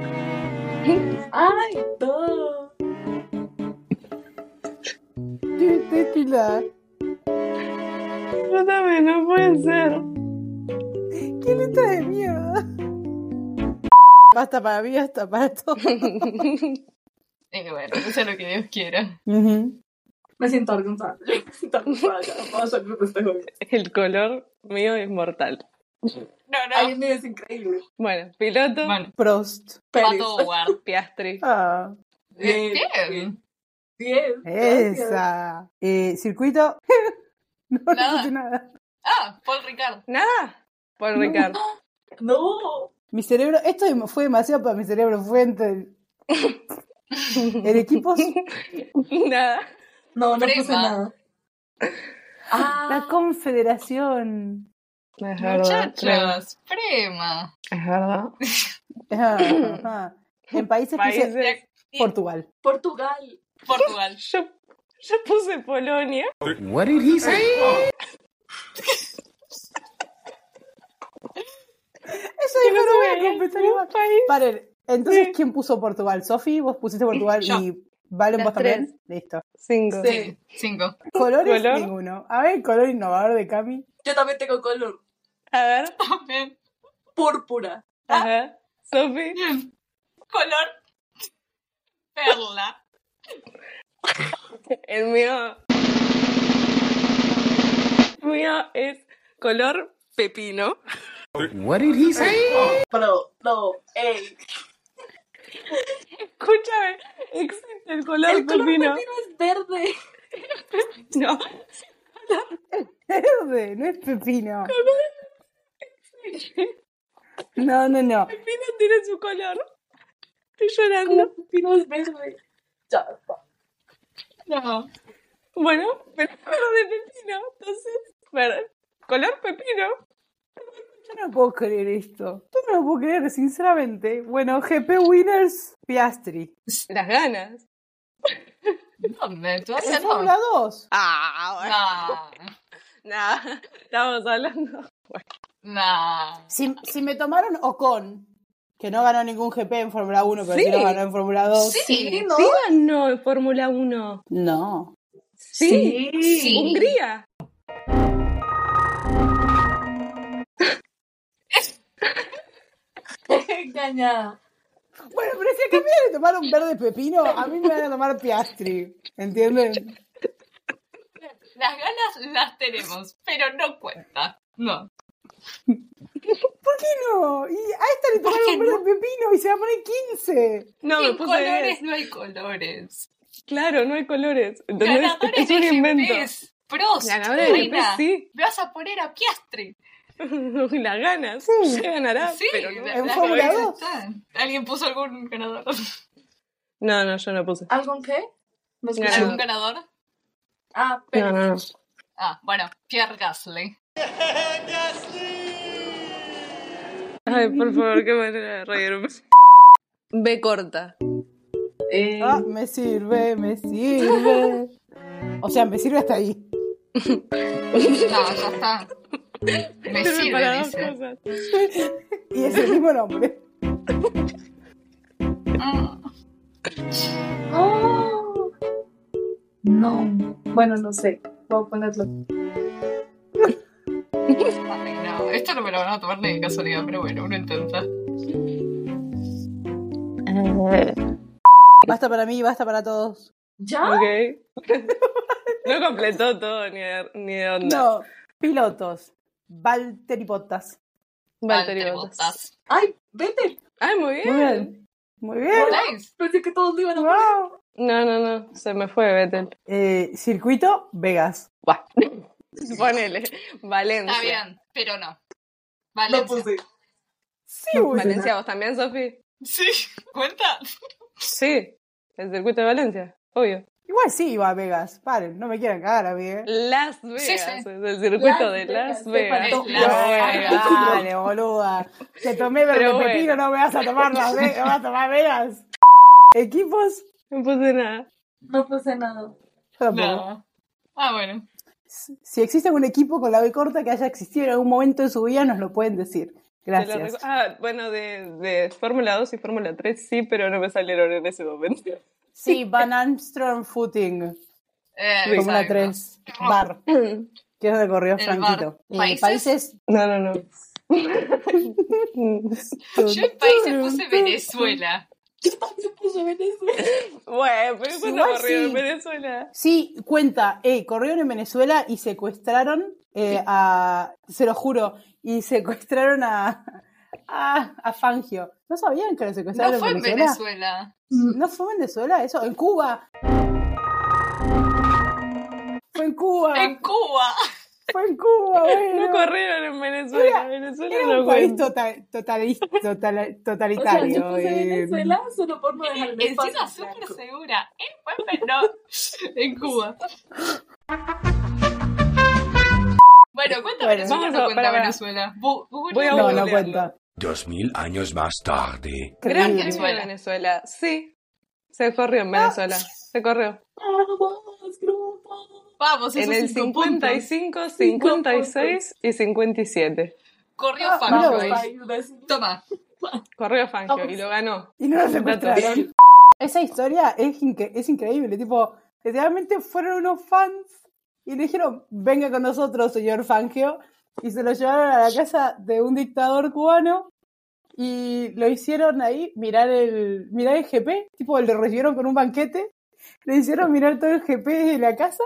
Ay, no.
Yo estoy pillada.
Yo también, no puede ser.
¿Qué letra de mierda? Basta para mí, hasta para todos.
Eh, bueno, eso es lo que Dios quiera.
Ujú.
Me siento avergonzada. Me siento avergonzada. Vamos a salir de este juego.
El color mío es mortal.
No, no.
Alguien es increíble.
Bueno, piloto,
Bueno,
Prost.
Pérez.
Pato Howard.
Piastri.
Ah,
Bien.
Bien. gracias.
esa. Eh, Circuito. no, no
Nada.
puse nada.
Ah, Paul Ricard.
Nada. Paul Ricard.
No.
Mi cerebro, esto dem- fue demasiado para mi cerebro. Fue entre el equipo.
Nada.
No, no
Prima.
puse nada. Ah,
La confederación.
Es verdad. creo.
Muchachas, prema.
Es verdad.
Ajá, ajá. En países, que
Países.
se... Portugal.
Portugal.
Portugal.
Yo, yo puse Polonia.
What did he say?
Eso
que
dijo,
no
no
se
voy a
veía
completar
ningún
igual.
país.
Paren, entonces,
Sí.
¿quién puso Portugal? Sofi, vos pusiste Portugal
Yo.
y Valen,
Las
vos también.
tres.
Listo.
Cinco.
Sí, cinco.
Colores,
Color.
ninguno. A ver, color innovador de Cami.
Yo también tengo color.
A ver,
También.
Púrpura.
Ah.
a ver. Sofi.
Bien. Color. Perla.
El mío. El mío es color pepino.
What did he say?
Pero, no. Ey.
Escúchame, existe el color
El color
pepino.
pepino es verde.
No,
Verde, no es pepino. No, no, no.
pepino tiene su color. Estoy
El
llorando.
color pepino es verde. Ya está.
No.
Bueno, pero color de pepino. Entonces, ver, color pepino.
Yo no puedo creer esto. Yo no lo puedo creer, sinceramente. Bueno, GP Winners, Piastri.
Las ganas.
¿Dónde? ¿Tú haces
En
dónde?
Fórmula 2.
Ah, bueno.
Nah.
Nada, estábamos hablando.
Nah.
Si, si me tomaron Ocon, que no ganó ningún GP en Fórmula 1, pero sí,
Sí.
lo ganó en Fórmula 2.
Sí.
¿no?
¿Sí ganó en Fórmula 1?
No.
Sí.
Sí.
Hungría.
Engañada.
Bueno, pero si a Cami le tomaron verde pepino, a mí me van a tomar Piastri. ¿Entienden?
Las ganas las tenemos, pero no cuenta. No.
¿Por qué no? Y a esta le
¿Por
tomaron
qué
verde pepino y se va a poner 15.
No, me
Sin
puse
colores
10.
no hay colores.
Claro, no hay colores. No es-
Ganadores
es un
de
invento.
GPs. Prost,
Ganadores de
reina.
GPs, sí.
Me vas a poner a Piastri.
Las ganas.
Sí.
Se ganará.
sí,
Ah, pero no.
la-
en
las
Fórmula
cabezas
2.
están. ¿Alguien puso algún ganador?
no, no, yo no puse.
¿Algún qué?
No.
¿Me escuchan?
¿Algún ganador?
Ah,
No,
pero.
no, no.
Ah, bueno, Pierre Gasly.
Ay, por favor, qué manera de reírme. B corta.
Eh,
Ah, me sirve, me sirve. O sea, me sirve hasta ahí.
No, ya está. Me
Sirve para
sirve,
dos
dice.
cosas.
Y es el mismo nombre.
Mm.
oh. No. Bueno, no sé. Voy a ponerlo.
Ay, no, esto no me lo van a tomar ni de casualidad, pero bueno, uno intenta.
Basta para mí, basta para todos.
¿Ya?
Ok. No completó todo ni de, ni de onda.
No. Pilotos. Valtteri Bottas.
Valtteri
Valtteri
Bottas.
Bottas.
Ay, vete.
Ay, muy bien.
Muy bien. Muy bien.
Nice.
Pensé que todos lo iban a poner.
Wow.
No, no, no. Se me fue Vettel.
Eh, circuito Vegas.
Buah. Ponele. Valencia.
Está bien, pero no.
Lo
Valencia.
puse.
Sí, boludo.
Valencia, ¿vos también, Sofi?
Sí, cuenta.
Sí. El circuito de Valencia, obvio.
Igual sí iba a Vegas. Paren, no me quieran cagar a mí. eh.
Las Vegas.
Sí, sí.
Es el circuito
Las
de
Vegas,
Las
te
Vegas.
faltó.
No,
Las
Bueno,
Vegas.
Dale, boluda. Te tomé verde
Pero bueno.
pepino, no me vas a tomar las Vegas. ¿Vas a tomar Vegas? ¿Equipos?
No puse nada.
No puse nada.
Yo tampoco.
No. Ah, bueno.
Si existe algún equipo con la B corta que haya existido en algún momento de su vida, nos lo pueden decir.
Te lo
Gracias.
recu- ah, bueno, de, de Fórmula 2 y Fórmula 3 sí, pero no me salieron en ese momento.
Sí, Van Armstrong Footing,
Eh,
como la
exacto.
3, Bar,
No,
que es donde corrió
El
Franquito. Eh,
bar. ¿Países?
no, no.
Yo en países puse Venezuela.
Yo también puse Venezuela.
Bueno, pero ¿cuánto
Igual
corrió
sí.
en Venezuela?
Sí, cuenta, eh, corrieron en Venezuela y secuestraron eh, a, se lo juro, y secuestraron a, a, a Fangio. ¿No sabían que lo secuestraron
No fue en
Venezuela?
Venezuela.
¿No fue en Venezuela eso? ¿En Cuba? Fue en Cuba,
En Cuba.
fue en Cuba, bueno.
No corrieron en Venezuela. Venezuela
Era
no
un país
cuenta.
total, totalis- total-
O sea, yo
totalitario.
puse
eh,
Venezuela solo por no dejarme
Encima
espacio
súper
blanco.
segura. Eh, fue en Venezuela. En Cuba. Bueno, cuenta
Bueno.
Venezuela o
Vamos
no
a-
cuenta
para, para.
Venezuela. Bu- Google
Voy a
no, no
googlearlo.
cuenta.
Dos mil años más tarde.
Gran
Terrible.
premio de Venezuela. Sí, se corrió
Ah,
en Venezuela. Se corrió.
Vamos, grupo.
Vamos,
En
esos
el
cinco puntos.
55, 56 y 57.
Corrió
Ah,
Fangio.
bravo.
ahí. Toma.
Corrió
Ah,
Fangio
pues
y lo ganó.
Y no lo
Datos.
secuestraron. Esa historia es, incre- es increíble. Tipo, literalmente fueron unos fans y le dijeron, venga con nosotros, señor Fangio. Y se lo llevaron a la casa de un dictador cubano y lo hicieron ahí mirar el, mirar el GP. Tipo, lo recibieron con un banquete. Le hicieron mirar todo el GP de la casa.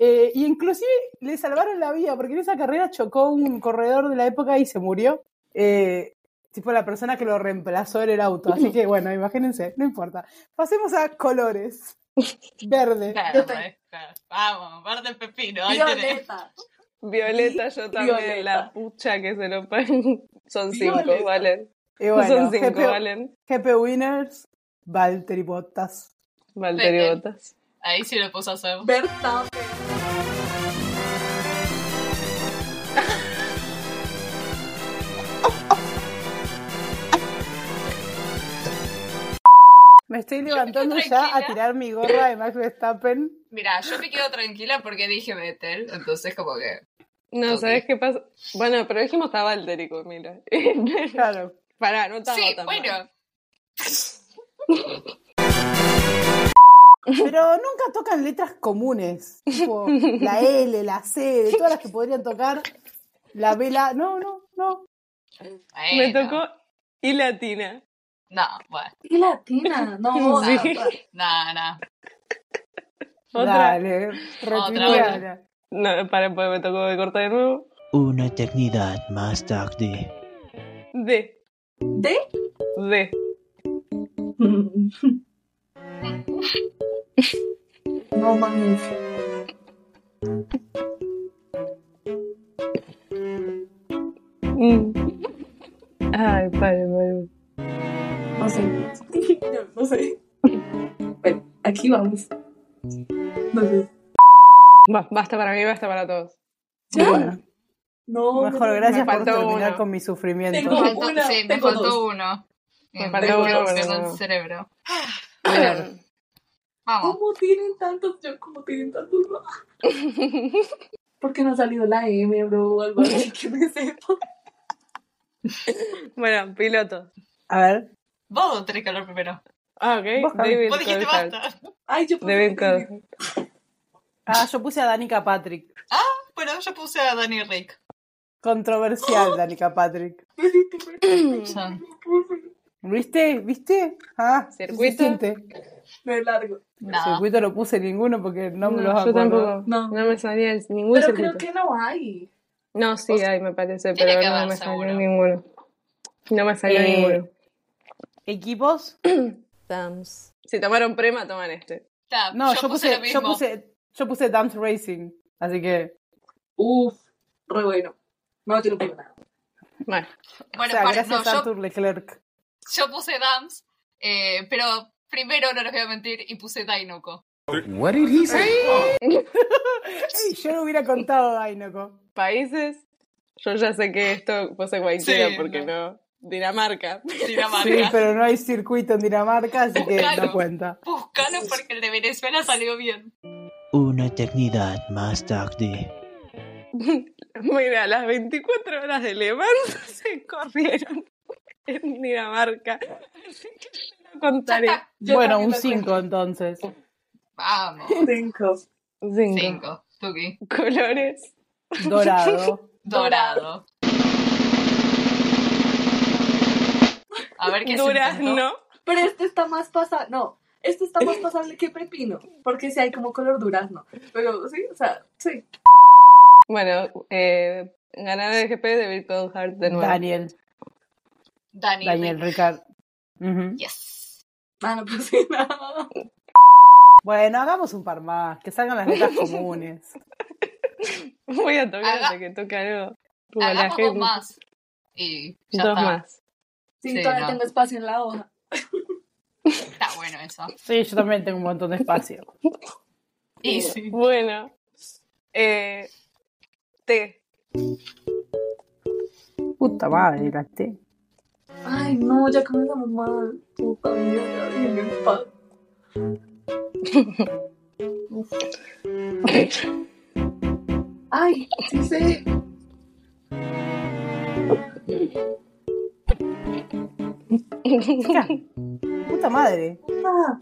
eh, y inclusive le salvaron la vida porque en esa carrera chocó un corredor de la época y se murió. Eh, tipo la persona que lo reemplazó en el auto. Así que bueno, imagínense, no importa. Pasemos a colores. Verde.
Claro,
tengo-
eh, claro. Vamos, parte el pepino. Ahí tenés.
Violeta.
Violeta, yo también.
Violeta.
La pucha que se lo paguen. Son cinco,
Violeta.
¿valen?
Y Eh, bueno,
Son cinco,
GP,
¿valen?
GP Winners, Valtteri Bottas.
Valtteri
Vettel.
Bottas.
Ahí sí lo puso a hacer.
Berta.
Me estoy levantando
estoy
ya a
tranquila.
tirar mi gorra de Max Verstappen.
Mira, yo me quedo tranquila porque dije Vettel, entonces como que
No,
Ok.
¿sabes qué pasa? Bueno, pero dijimos a Valtteri, mira.
Claro.
Pará, no estaba
Sí,
tan mal.
bueno,
Pero nunca tocan letras comunes. Tipo la L, la C, de todas las que podrían tocar. La B, la... No, no, no.
Me
bueno.
tocó y latina.
No, bueno,
Y latina. No, ah, joda.
Sí.
nada, nada.
Otra.
Dale.
Otra,
retuiteala.
No, para, pues me tocó de cortar de nuevo.
Una eternidad más tarde.
D.
¿De?
D.
Mm. No mames.
Mm. Ay, pare, pare.
No sé. No, no sé. Bueno, aquí vamos. No sé.
Ba- Basta para mí, basta para todos.
Bueno,
No.
mejor, gracias por
faltó
terminar
una.
con mi sufrimiento.
Me
Tengo
faltó,
una,
sí, me
tengo
faltó
dos.
uno.
Me
Eh,
faltó
tengo que
uno, bueno.
usar el cerebro.
Bueno.
Vamos.
¿Cómo tienen tantos? Yo, ¿cómo tienen tantos? ¿Por qué no ha salido la M, bro? O algo así que me sepa.
bueno, piloto.
A ver.
Vos tres color primero.
Ah, ok.
Vos, Javi.
David
Vos dijiste
Coulthard.
basta.
Ay, yo puse
David
David.
Coulthard.
Ah, yo puse a Danica Patrick.
Bueno, yo puse a Dani Rick.
Controversial, Danica Patrick.
Son-
¿Viste? ¿Viste? Ah, ¿qué se
Circuito.
siente?
Me largo.
El
No.
circuito no puse ninguno porque no me
No,
los
yo
acuerdo.
tampoco. No.
No.
me salía el- ningún
Pero creo
circuito.
que no hay.
No, sí,
O sea,
hay, me parece,
tiene
pero
que
no
haber
me salió
seguro.
ninguno. No me salió
Eh,
ninguno.
¿Equipos?
Si tomaron prema, toman este.
Ta,
No, yo,
lo
puse, yo
mismo.
puse, yo puse Dance Racing. Así que.
Uf, re bueno. No, yo no pongo nada.
Bueno,
o
Bueno,
sea,
para-
gracias
no,
a
yo
Arthur Leclerc.
Yo puse Dams, eh, pero primero no les voy a mentir y puse Dainoco.
What did he say?
Ey, yo no hubiera contado Dainoco.
países, yo ya sé que esto puse cualquiera
Sí,
porque no. Dinamarca.
Sí,
Dinamarca.
pero no hay circuito en Dinamarca, así que
Claro.
no cuenta.
Buscalo porque el de Venezuela salió bien.
Una eternidad más tarde.
Mira, las 24 horas de Le Mans se corrieron en Dinamarca. Así que
Ya
yo no contaré.
está.
Yo
bueno,
también
un
me
5 entonces.
Vamos.
Cinco.
Cinco.
Cinco. Tuki.
Colores.
Dorado.
Dorado. A ver qué es el
Durazno.
Pero este está más pasable. No, este está más pasable que pepino. Porque si hay como color durazno. Pero sí, o sea, sí.
Bueno, eh, ganar el GP de Virtual Heart de nuevo.
Daniel,
Dani.
Daniel, Ricardo. Ujú.
Yes.
Ah, no puse nada.
Bueno, hagamos un par más, que salgan las letras comunes.
Voy a tocar
Haga-
hasta que toque algo. Como la
Hagamos dos
gente.
más. Y ya
Dos
está.
más.
Sí,
Sí,
todavía
no.
tengo espacio en la hoja.
Está bueno eso.
Sí, yo también tengo un montón de espacio.
Y sí.
Bueno. Eh, T.
Puta madre, la T.
Ay, no, ya comenzamos mal. Puta vida, ya déjenme en paz. Uf. Ay, sí sé.
Mirá, Puta madre.
Ah,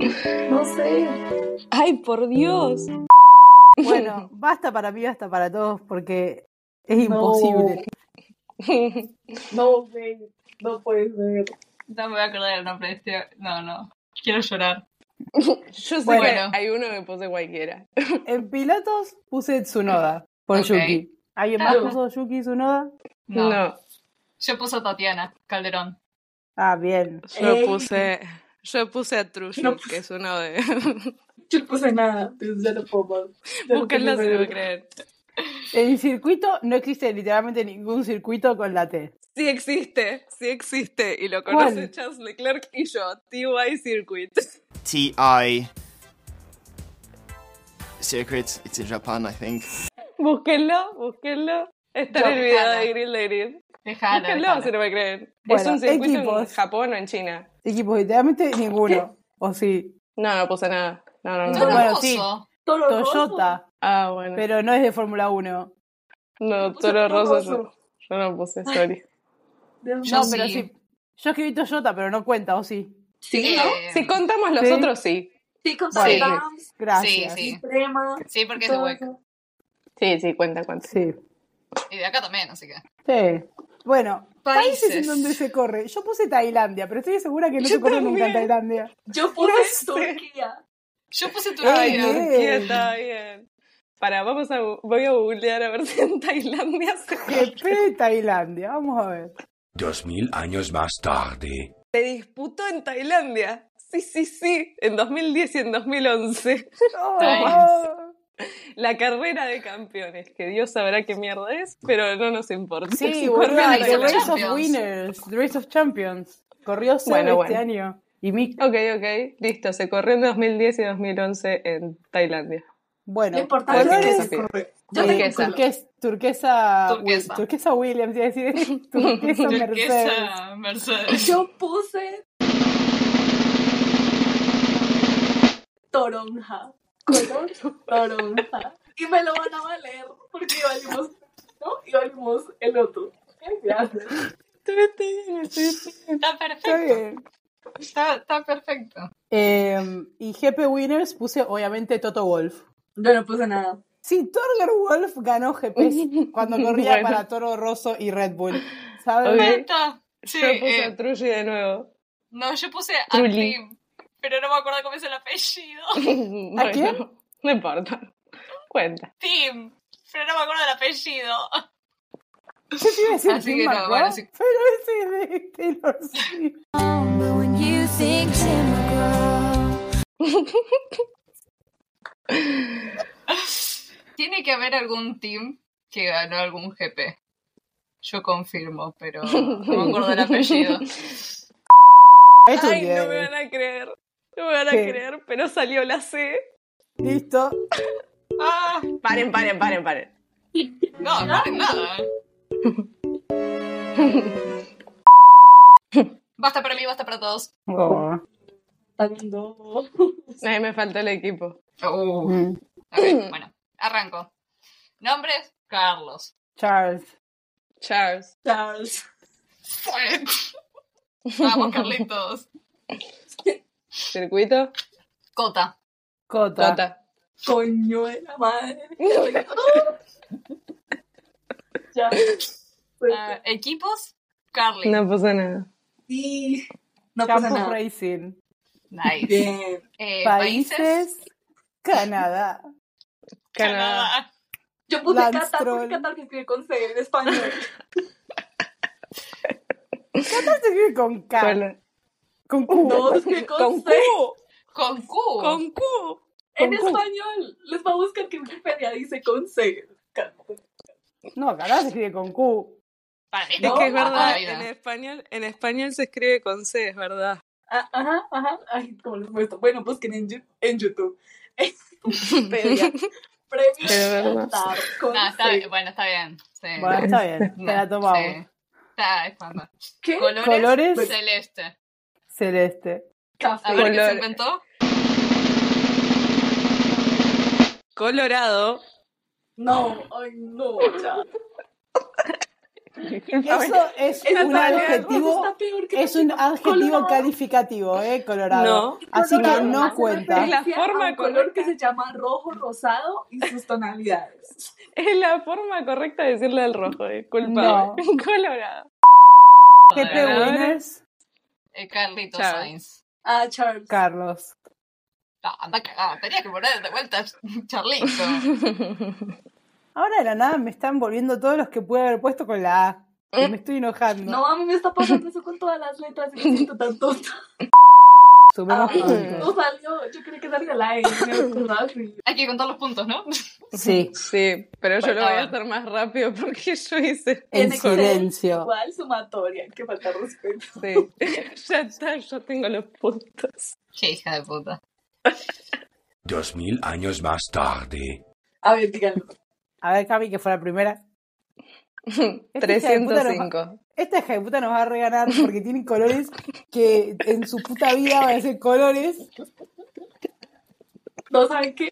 no sé.
¡Ay, por Dios!
Bueno, basta para mí, basta para todos, porque es
No.
imposible.
No, güey, no puede ser.
No me voy a acordar el nombre de este. No, no. Quiero llorar.
Yo sé
Bueno.
que hay uno que puse cualquiera.
En pilotos puse Tsunoda por
Ok.
Yuki. ¿Alguien más
Claro.
puso Yuki y Tsunoda?
No.
no.
Yo puse Tatiana Calderón.
Ah, bien.
Yo
Ey.
puse. Yo puse a Trujillo,
No puse-
que es uno de.
Yo no puse nada, entonces ya no puedo más. Ya no
Búsquenlo
tengo
si lo
cerebro.
creen.
En el circuito no existe literalmente ningún circuito con la T.
Sí existe, sí existe. Y lo
¿Cuál?
conoce Charles Leclerc y yo, TY Circuit.
TI Circuit. It's in Japan, I think.
Búsquenlo, búsquenlo. Está
Yo,
en el video
claro.
de Grill de Grill.
Dejala.
Búsquenlo si no me creen. es
Bueno,
un circuito en
equipos.
Japón o en China.
Equipos, pues, literalmente ninguno. O sí,
No, no puse nada. No, no,
No,
no.
no,
no.
Bueno,
puso.
sí.
Toro Rosso.
Toyota,
Ah, bueno.
pero no es de Fórmula 1.
no,
Puse
Toro
Toro
Rosso.
Rosso.
Yo, yo no puse, sorry.
Dios
Yo
No,
mío.
pero
sí.
sí. Yo escribí Toyota, pero no cuenta, ¿o sí?
Sí, ¿no?
Eh,
Si contamos los
Sí.
otros, sí.
Sí, con
Sí.
Saddams,
Gracias.
Sí, sí.
Prema.
sí, porque es de
todo
Hueco.
eso.
Sí, sí, cuenta, cuenta.
Sí.
Y de acá también, así que.
Sí. Bueno, países.
Países.
en donde se corre. Yo puse Tailandia, pero estoy segura que no se corre nunca en Tailandia.
Yo puse
No sé.
Turquía.
Yo puse
Ay,
Turquía.
Turquía.
Turquía está bien. Para, vamos a, bu- voy a googlear a ver si en Tailandia se
GP de Tailandia, vamos a ver.
Dos mil años más tarde.
Se disputó en Tailandia. Sí, sí, sí, en 2010 y en 2011.
Oh,
Nice.
La carrera de campeones, que Dios sabrá qué mierda es, pero no nos importa.
Sí,
Se
boludo,
corrió en
la
The
Race
Race of
of
Tailandia.
Champions.
Winners, The Race of Champions. Corrió Seb
Bueno,
este
bueno.
año. Y Mick.
Ok, ok, listo. Se corrió en 2010 y 2011 en Tailandia.
Bueno,
Lo importante es que
colores,
se corre. Yo
Turquesa.
tengo un
turquesa.
culo.
Turquesa. Turquesa,
Turquesa.
Wi- turquesa Williams, iba a decir. Turquesa Mercedes.
Turquesa, Mercedes.
Yo puse toronja. Color toronja. Y me lo van a valer porque valimos, ¿no? Y valimos el otro. Gracias.
Está
Está
perfecto.
bien.
Está, está perfecto.
Eh, y GP Winners puse obviamente Toto Wolf.
Yo no puse nada.
Sí, Torger Wolf ganó GP cuando corría
Bueno.
para Toro Rosso y Red Bull. ¿Sabes?
Ok.
Está. Sí,
Yo puse
eh,
a Trulli de nuevo.
no, yo puse
Trulli.
Acrim, pero no me acuerdo cómo es el apellido.
Bueno,
quién?
No importa. Cuenta.
Tim, pero no me acuerdo del apellido.
Yo te iba a decir
Así
Tim
que no,
McGraw,
bueno, sí.
Pero ese es de Taylor Swift.
Tiene que haber algún team que ganó algún GP. Yo confirmo, pero no me acuerdo del apellido.
Esto es
Ay, no
bien.
me van a creer. No me van a
¿Qué?
creer, pero salió la C.
Listo.
Ah,
Paren, paren, paren, paren.
no, no hacen nada. Basta para mí, basta para todos.
Oh.
También no.
Ahí me faltó el equipo.
Uh,
Mm.
ok, bueno, arranco. Nombres, Carlos.
Charles.
Charles.
Charles.
Vamos, Carlitos.
Circuito.
Cota.
Cota.
Tota.
Coño de la madre. Ya.
Ah, equipos, Carly.
No puse nada.
Sí. No pasa
Campus
nada.
Racing.
Nice.
Bien.
Eh, países.
Países. Canadá.
Canadá.
Yo puse
Lance
Qatar porque
Troll.
Qatar se escribe con C en español.
Qatar se escribe con K. Con
Con-
Q.
No, se escribe con,
Con
C.
Q.
Con Q.
Con Q.
En
con Q.
español. Les va a buscar que Wikipedia dice con C.
No, Canadá se escribe con Q.
Para mí
Es
no,
que
que es
para
verdad,
la vida.
en español, en español se escribe con C, es verdad.
Ah, Ajá, ajá. Ay, ¿cómo les muestro? Bueno, busquen en, Yu- en YouTube. En Wikipedia. Premio
De verdad.
Qatar con
No, Ah, está
C.
bien, Bueno, está bien. Sí.
Bueno, está bien. Te la tomamos.
Sí. Está, es cuando.
¿Qué?
Colores,
Colores.
celeste.
Celeste.
Café.
A ver qué se
Colores.
inventó.
Colorado.
No, ay, no, ya.
Eso es
Esa
un
palabra
adjetivo.
está peor que
Es un
Paquita.
adjetivo
Colorado.
calificativo, ¿eh? Colorado.
No.
Así que
Colorado
no
hace
cuenta.
Es la
referencia
forma
a un color que
correcta.
se llama rojo, rosado y sus tonalidades.
Es la forma correcta de decirle al rojo, disculpa.
No.
Colorado.
GP
Ganadores.
Winners,
Eh, Carlito
Chao.
Sainz.
Ah, Charles.
Carlos.
Ah, anda cagada. Tenía que poner de vuelta a Charlito.
Ahora de la nada me están volviendo todos los que pude haber puesto con la A. Y me estoy enojando.
No, a mí me está pasando eso con todas las letras y me siento tan tonta.
Sumemos
Ay,
puntos.
no salió. Yo quería que salga la E. me acordaba así.
Hay que contar los puntos, ¿no?
Sí,
Sí, pero yo lo
Bueno.
voy a hacer más rápido porque yo hice.
en
Tiene que ser
silencio.
Igual sumatoria, que falta respeto.
Sí. ya está, yo tengo los puntos.
Qué hija de puta.
Dos mil años más tarde.
A ver, díganlo.
A ver, Cami, que fue la primera. hija de puta
305.
Esta hija de puta nos va a regalar porque tiene colores que en su puta vida van a ser colores.
No saben qué.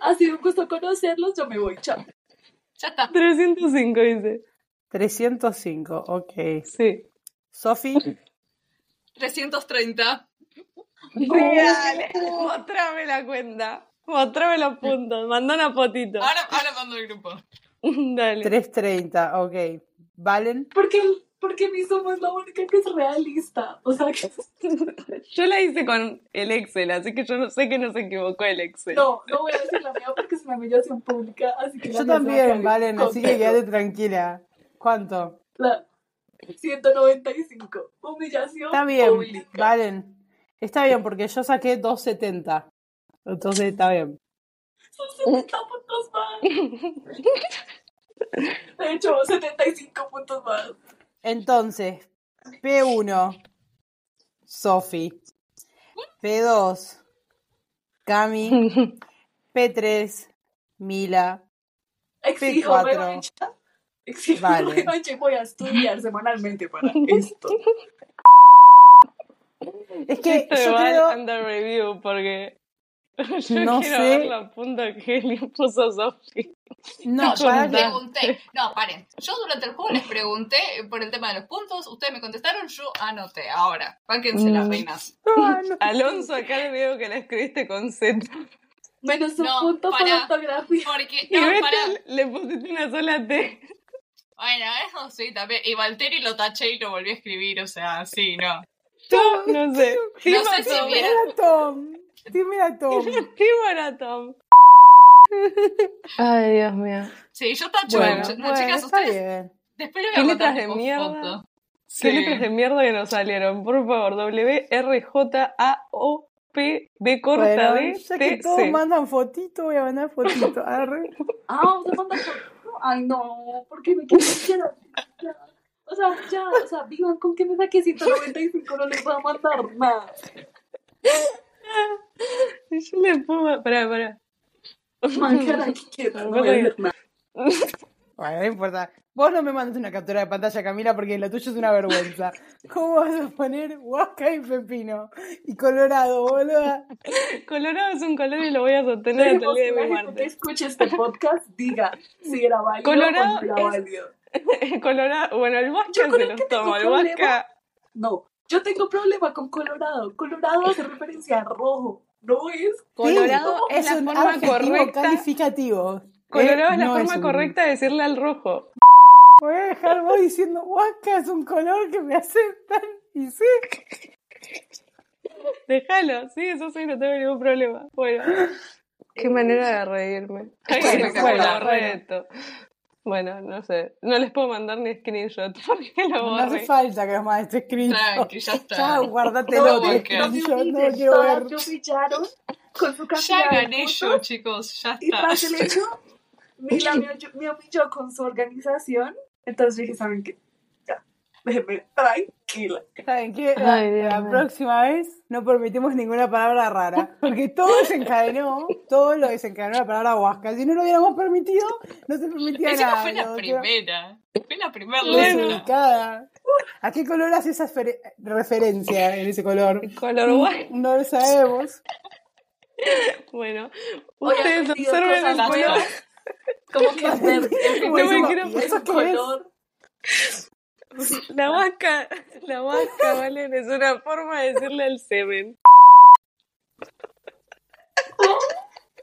Ha sido un gusto conocerlos. Yo me voy. Chao.
Ya está.
305 dice.
305, ok.
Sí.
Sofi,
330.
Reales. Mostrame la cuenta. Mostrame los puntos. Mandá una fotito.
Ahora, ahora mando el grupo.
Dale.
330, ok. Valen,
Porque, porque mi suma es la única que es realista. O sea, que
Yo la hice con el Excel, así que yo no sé que no se equivocó el Excel.
no, no voy a decir la mía porque es una humillación pública. Así que la
yo
mía se va a
también,
caer
Valen,
con
así que
todo.
quédate tranquila. ¿Cuánto?
La 195. Humillación
Está bien,
pública.
Valen. Está bien, porque yo saqué 270. Entonces está bien.
Son 70 puntos más. De hecho, 75 puntos más.
Entonces, P1, Sofi. P2, Cami. P3, Mila.
Exijo
P4.
revancha. Exijo
Vale.
revancha y voy a estudiar semanalmente para esto.
Es que
Esto
yo
igual
creo,
under review porque yo
No
quiero
sé.
ver los puntos que le puso Sofi.
no,
yo
para
no
que-
Pregunté. No, paren. Yo durante el juego les pregunté por el tema de los puntos. Ustedes me contestaron, yo anoté. Ahora, pánquense las
Mm.
reinas.
Alonso, acá le veo que la escribiste con Z.
Menos un
No,
punto por
para.
ortografía.
Porque,
Y
no,
Betel
pará.
le pusiste una sola T.
Bueno, eso sí, también. Y Valtteri lo taché y lo volví a escribir, o sea, sí, no.
Yo no sé.
No
Tim
sé
a
si
Tom.
hubiera.
Mira Tom. Sí, mira Tom.
Tim a Tom. Ay, Dios mío.
Sí, yo tacho.
Bueno,
no,
bueno,
chicas,
está
ustedes.
bien.
Después les
¿Qué
voy a
letras
contar
de
un
mierda?
foto.
Qué
Sí.
letras de mierda que nos salieron. Por favor, W, R, J, A, O, P, B corta,
Bueno,
D,
ya que
T,
todos
C.
mandan fotito, voy a mandar fotito. Arre.
Ah, vamos a mandar por- Ay, no, porque me quisiera. O sea, ya, o sea, vivan con que me saque 195, no les voy a mandar nada.
Y Yo le pongo. Pará, pará.
Man, caray, que quiero, no voy a hacer nada.
Bueno, no importa. Vos no me mandes una captura de pantalla, Camila, porque lo tuyo es una vergüenza. ¿Cómo vas a poner Huasca y Pepino? Y Colorado, boluda.
Colorado es un color y lo voy a sostener hasta el
Dejemos
día
que
de
la
mi
gente que
muerte.
escuche este podcast diga si era válido
Colorado
o no
es-
era válido.
Colorado, bueno, el
Yo
vasca
creo
se
que
los
tengo
tomo. El
problema.
vasca.
No, yo tengo problema con Colorado. Colorado hace referencia a rojo. No es.
Colorado
Sí,
es la
un
forma
adjetivo
correcta.
calificativo. Eh,
Colorado es la
no
forma
un-
correcta de decirle al rojo.
Voy a dejar vos diciendo Huasca es un color que me aceptan. Y sí.
Déjalo, sí, eso sí, no tengo ningún problema. Bueno, qué manera de reírme. Ay,
Bueno,
qué
bueno,
como
bueno.
reto. Bueno, no sé. No les puedo mandar ni screenshot porque lo
No hace
borré.
falta que nos mandes este screenshot.
Tranqui, ya está.
Chao,
No,
guárdatelo.
porque-
este screenshot, no
humilles,
lo quiero
todas
ver.
lo humillaron con su
Ya
cantidad de
gané yo,
votos,
chicos, ya
Y
está.
tras el hecho, Mila me, humilló- me humilló con su organización. Entonces dije, ¿saben qué? Ya, déjenme tranquila.
¿Saben qué? La,
Ay, Dios
la
mío.
próxima vez no permitimos ninguna palabra rara, porque todo desencadenó, todo lo desencadenó la palabra huasca. Si no lo hubiéramos permitido, no se permitía
Encima
nada.
fue la
¿no?
primera. Fue la primera letra.
Desubicada. ¿A qué color hace esa fere- referencia en ese color?
Color guay.
No lo sabemos.
Bueno,
Hoy
ustedes
aprendí dos
observen
cosas
el color.
nuevas. Como que es verde, es
No
como-
me quiero
y
poner-
es un color.
La vasca, la vasca, Valen, es una forma de decirle al semen.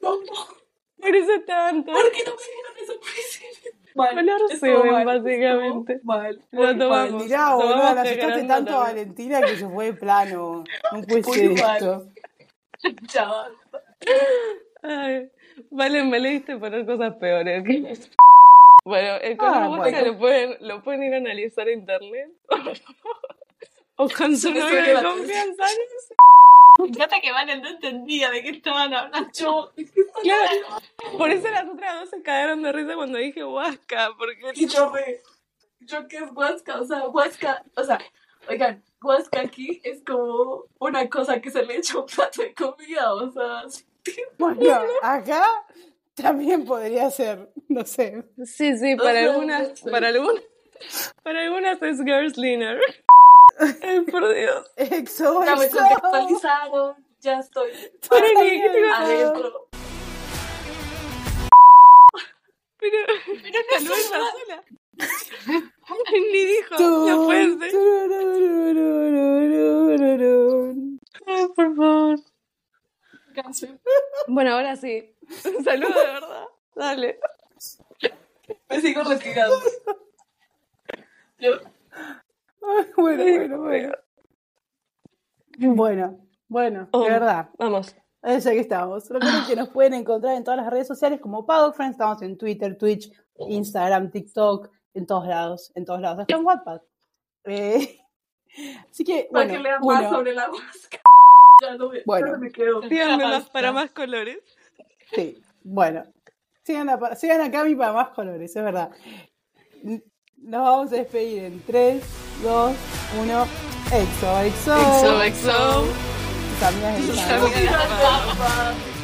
No, no,
Por eso tanto.
¿Por qué no me dijeron eso por ese? Mal,
Color
estuvo
semen,
mal,
básicamente.
estuvo Mal.
Lo tomamos.
Pues, Mirá,
lo
boludo,
tomamos
la asustaste
cagando
tanto a
también.
Valentina que se fue de plano. No puede
Muy
ser
mal.
esto.
Ya va.
Ay, Valen, me leíste poner cosas peores. Bueno, el color
Ah,
vasca
bueno.
Lo, pueden, lo pueden ir a analizar en internet. o con su
Se me
novio
suena
de
la-
confianza. no sé.
Me encanta que Valen no entendía de qué estaban hablando.
Yo, es que está
Claro. Por eso las otras dos se cagaron de risa cuando dije vasca. Porque
Y yo re, yo que es Huasca, o sea, Huasca, o sea, oigan, Huasca aquí es como una cosa que se le echa un plato de comida, o sea,
Bueno, acá también podría ser, no sé.
Sí, sí,
O
para
sea, no
algunas,
sé.
para algunas, para algunas es Girls Dinner. Ay, por Dios.
Exo,
ya me
exo.
contextualizaron, ya estoy
Pero ni- ¿qué te iba a decir?
adentro.
Pero, pero no es sola. Ni dijo, no puede ser.
Tururururururururururururururururururururururururururururururururururururururururur.
Ay, por favor. Bueno, ahora sí. Un saludo de verdad. Dale.
Me sigo retirando. Yo,
Ay, Bueno, bueno, bueno. Bueno, bueno,
Oh.
de verdad.
Vamos.
Eso que estamos. Recuerden que nos pueden encontrar en todas las redes sociales como Paddock Friends. Estamos en Twitter, Twitch, Instagram, TikTok, en todos lados, en todos lados. Hasta en Wattpad. Eh, así que,
para
bueno,
que lean
uno.
más sobre la Huasca. Ya no me,
Bueno.
ya no me quedo.
Díganme más para más colores.
Sí, bueno. Sigan a, pa- sigan a Cami para más colores, es verdad. N- Nos vamos a despedir en 3, 2, 1. Exo, exo.
XOXO.
Tus amigas del
Tus
Cami.
amigas.
Mira, papá.